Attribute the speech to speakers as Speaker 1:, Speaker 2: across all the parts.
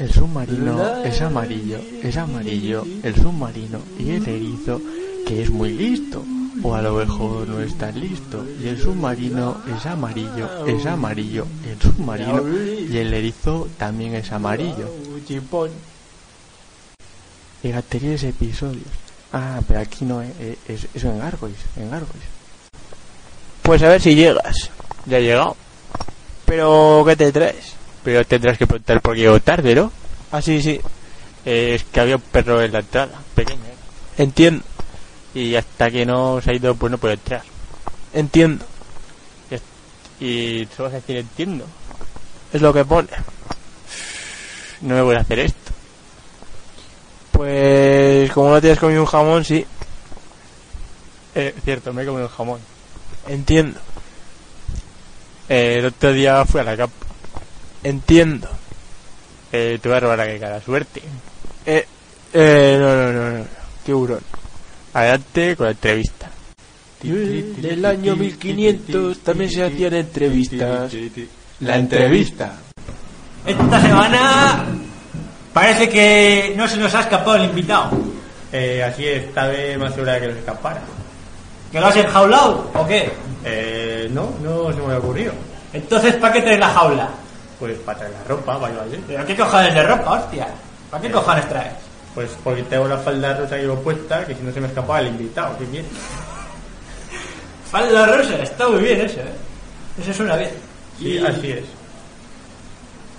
Speaker 1: El submarino es amarillo, es amarillo, el submarino y el erizo que es muy listo. O a lo mejor no es tan listo. Y el submarino es amarillo, es amarillo, el submarino y el erizo también es amarillo.
Speaker 2: Chimpón.
Speaker 1: Llega a tener ese episodio. Ah, pero aquí no es, es, es en Gargoyles, en Gargoyles.
Speaker 2: Pues a ver si llegas. Ya he llegado. Pero, ¿qué te traes? Pero tendrás que preguntar por qué llego tarde, ¿no? Ah, sí, sí. Eh, es que había un perro en la entrada, pequeño. Entiendo. Y hasta que no se ha ido, pues no puedo entrar. Entiendo. Y tú vas a decir entiendo. Es lo que pone. No me voy a hacer esto. Pues como no te has comido un jamón, sí. Eh, cierto, me he comido un jamón. Entiendo. el otro día fui a la capa. Entiendo. Eh, te voy a robar la que cara, suerte. Eh, eh, no, no, no, no, tiburón. Adelante con la entrevista.
Speaker 1: En el año 1500 también se hacían entrevistas.
Speaker 2: La entrevista.
Speaker 3: Esta semana parece que no se nos ha escapado el invitado.
Speaker 2: Eh, así es, esta vez más segura que nos escapara.
Speaker 3: ¿Que lo has enjaulado o qué?
Speaker 2: Eh, no, no se me había ocurrido.
Speaker 3: Entonces, ¿para qué traes la jaula?
Speaker 2: Pues para traer la ropa, vaya, vaya.
Speaker 3: ¿Pero qué cojones de ropa, hostia? ¿Para qué cojones traes?
Speaker 2: Pues porque tengo la falda rosa que llevo puesta, que si no se me escapaba el invitado, qué bien.
Speaker 3: Falda rosa, está muy bien eso, ¿eh? Eso suena bien.
Speaker 2: Sí, así es.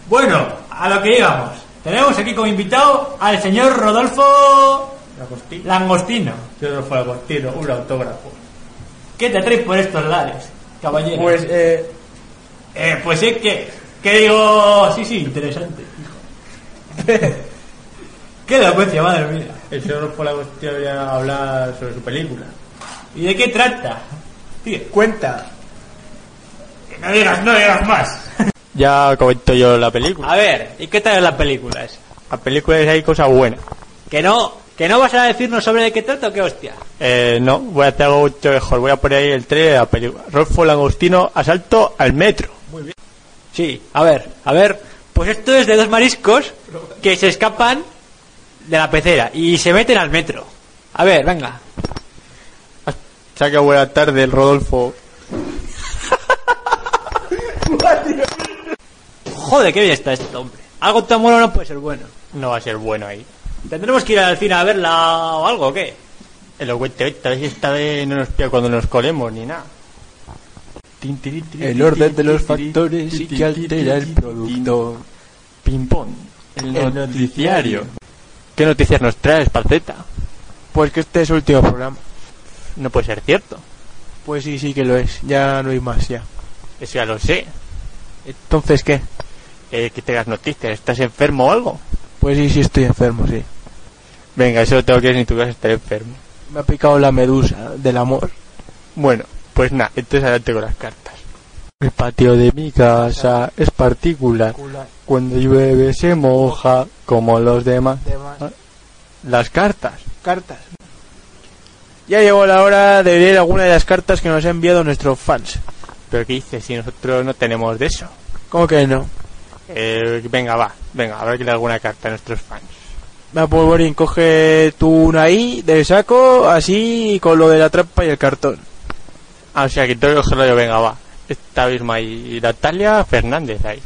Speaker 3: Bueno, a lo que íbamos. Tenemos aquí como invitado al señor Rodolfo
Speaker 2: La costilla.
Speaker 3: Langostino.
Speaker 2: Yo no fue Agostino, un autógrafo.
Speaker 3: ¿Qué te traes por estos lares, caballero?
Speaker 2: Pues, eh,
Speaker 3: Eh, pues es que... Que digo... Sí, sí, interesante, hijo. qué elocuencia, madre mía.
Speaker 2: el señor Paul Agostino iba a hablar sobre su película.
Speaker 3: ¿Y de qué trata? Tío,
Speaker 2: Cuenta.
Speaker 3: que no digas, no digas más.
Speaker 2: Ya comento yo la película.
Speaker 3: A ver, ¿y qué tal es la película esa?
Speaker 2: La película es hay cosas buenas.
Speaker 3: ¿Que no, que no vas a decirnos sobre de qué trata o qué hostia?
Speaker 2: Eh, no, voy a hacer algo mucho mejor. Voy a poner ahí el trailer de la película. Rolfo Langostino, asalto al metro.
Speaker 3: Sí, a ver, a ver. Pues esto es de dos mariscos que se escapan de la pecera y se meten al metro. A ver, venga.
Speaker 2: Saca buena tarde el Rodolfo.
Speaker 3: Joder, qué bien está esto, hombre. Algo tan bueno no puede ser bueno.
Speaker 2: No va a ser bueno ahí.
Speaker 3: ¿Tendremos que ir al cine a verla o algo o qué?
Speaker 2: Elocuente, esta eh. vez esta vez no nos pilla cuando nos colemos ni nada.
Speaker 1: El orden de los factores y que altera el producto.
Speaker 2: Ping-pong. El,
Speaker 1: El
Speaker 2: noticiario. ¿Qué noticias nos traes, Parceta?
Speaker 1: Pues que este es el último programa.
Speaker 2: No puede ser cierto.
Speaker 1: Pues sí, sí que lo es. Ya no hay más, ya.
Speaker 2: Eso ya lo sé.
Speaker 1: Entonces, ¿qué?
Speaker 2: Eh, que tengas noticias. ¿Estás enfermo o algo?
Speaker 1: Pues sí, sí estoy enfermo, sí.
Speaker 2: Venga, eso lo tengo que ir ni tú vas a estar enfermo.
Speaker 1: Me ha picado la medusa del amor.
Speaker 2: Bueno, pues nada, entonces adelante con las cartas.
Speaker 1: El patio de mi casa es particular. Cuando llueve se moja como los demás.
Speaker 2: Las cartas.
Speaker 1: Cartas. Ya llegó la hora de leer alguna de las cartas que nos han enviado nuestros fans.
Speaker 2: Pero ¿qué dices si nosotros no tenemos de eso?
Speaker 1: ¿Cómo que no?
Speaker 2: Eh, venga, va, venga, habrá que leer alguna carta a nuestros fans.
Speaker 1: Va, pues Borín, coge tú una ahí del saco, así con lo de la trampa y el cartón.
Speaker 2: Ah, o sea, que tengo que cogerlo yo, venga, va. Esta misma y Natalia Fernández ahí.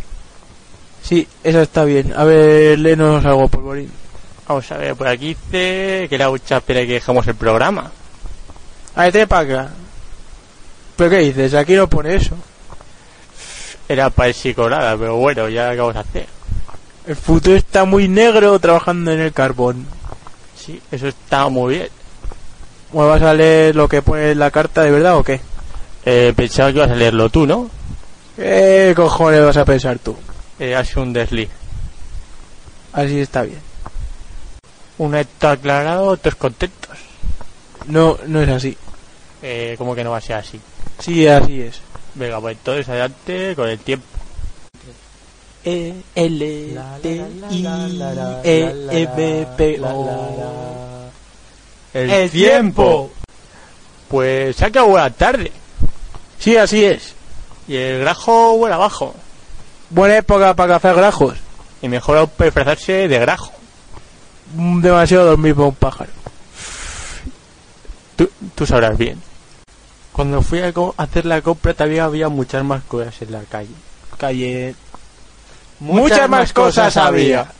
Speaker 1: Sí, esa está bien. A ver, léenos algo, Polvorín.
Speaker 2: Vamos a ver, por aquí dice que era mucha pena que dejamos el programa.
Speaker 1: A ver, te para acá. este ¿Pero qué dices? Aquí no pone eso.
Speaker 2: Era para el psicolada, pero bueno, ya qué vamos a hacer.
Speaker 1: El futuro está muy negro trabajando en el carbón.
Speaker 2: Sí, eso está muy bien.
Speaker 1: Bueno, ¿vas a leer lo que pone en la carta de verdad o qué?
Speaker 2: Eh, pensaba que ibas a leerlo tú, ¿no?
Speaker 1: ¿Qué cojones vas a pensar tú?
Speaker 2: Eh, ha sido un desliz.
Speaker 1: Así está bien.
Speaker 2: Uno está aclarado, otros contentos.
Speaker 1: No, no es así.
Speaker 2: Eh, como que no va a ser así.
Speaker 1: Sí, así es.
Speaker 2: Venga, pues entonces adelante con el tiempo.
Speaker 1: E L T I E M P O.
Speaker 2: ¡El, Pues se ha quedado buena tarde.
Speaker 1: Sí, así es.
Speaker 2: Y el grajo buena abajo.
Speaker 1: Buena época para cazar grajos.
Speaker 2: Y mejor aún disfrazarse de grajo.
Speaker 1: Mm, Demasiado dormir para un pájaro.
Speaker 2: Tú, tú sabrás bien. Cuando fui a co- a hacer la compra todavía había muchas más cosas en la calle.
Speaker 1: Calle.
Speaker 2: Muchas más cosas había.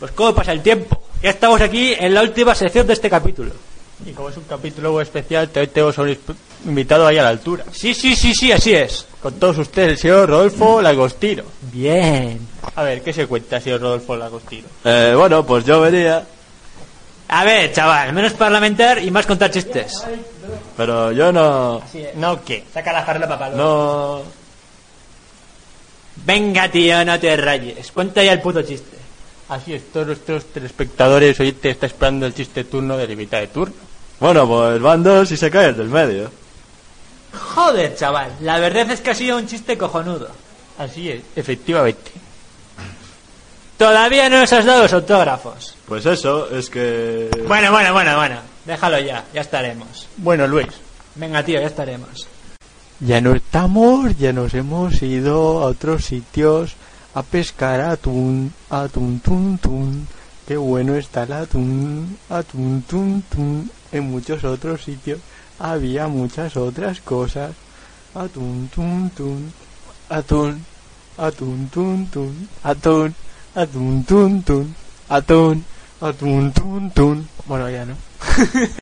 Speaker 3: Pues cómo pasa el tiempo. Ya estamos aquí en la última sección de este capítulo.
Speaker 2: Y como es un capítulo especial, te tenemos a un esp- invitado ahí a la altura.
Speaker 3: Sí, sí, sí, sí, así es.
Speaker 2: Con todos ustedes, el señor Rodolfo Lagostino.
Speaker 3: Bien.
Speaker 2: A ver, ¿qué se cuenta, señor Rodolfo Lagostino?
Speaker 4: Eh, bueno, pues yo venía,
Speaker 3: A ver, chaval, menos parlamentar y más contar chistes.
Speaker 4: pero yo no...
Speaker 2: No, ¿qué?
Speaker 3: Saca la jarra, papá.
Speaker 4: No...
Speaker 3: Venga, tío, no te rayes. Cuenta ya el puto chiste.
Speaker 2: Así es, todos nuestros telespectadores hoy te está esperando el chiste turno del invitado de turno.
Speaker 4: Bueno, pues van dos y se caen del medio.
Speaker 3: Joder, chaval, la verdad es que ha sido un chiste cojonudo.
Speaker 2: Así es, efectivamente.
Speaker 3: Todavía no nos has dado los autógrafos.
Speaker 4: Pues eso, es que...
Speaker 3: Bueno, bueno, bueno, bueno. Déjalo ya, ya estaremos.
Speaker 2: Bueno, Luis,
Speaker 3: Venga, tío, ya estaremos.
Speaker 1: Ya no estamos, ya nos hemos ido a otros sitios a pescar atún, atún, tun, tun. Qué bueno está el atún, atún, tun, tun. En muchos otros sitios había muchas otras cosas. Atún, tun, tun. Atún, atún, tun, tun. Atún, atún, tun, tun. Atún, atún, tun, tun. Bueno, ya no.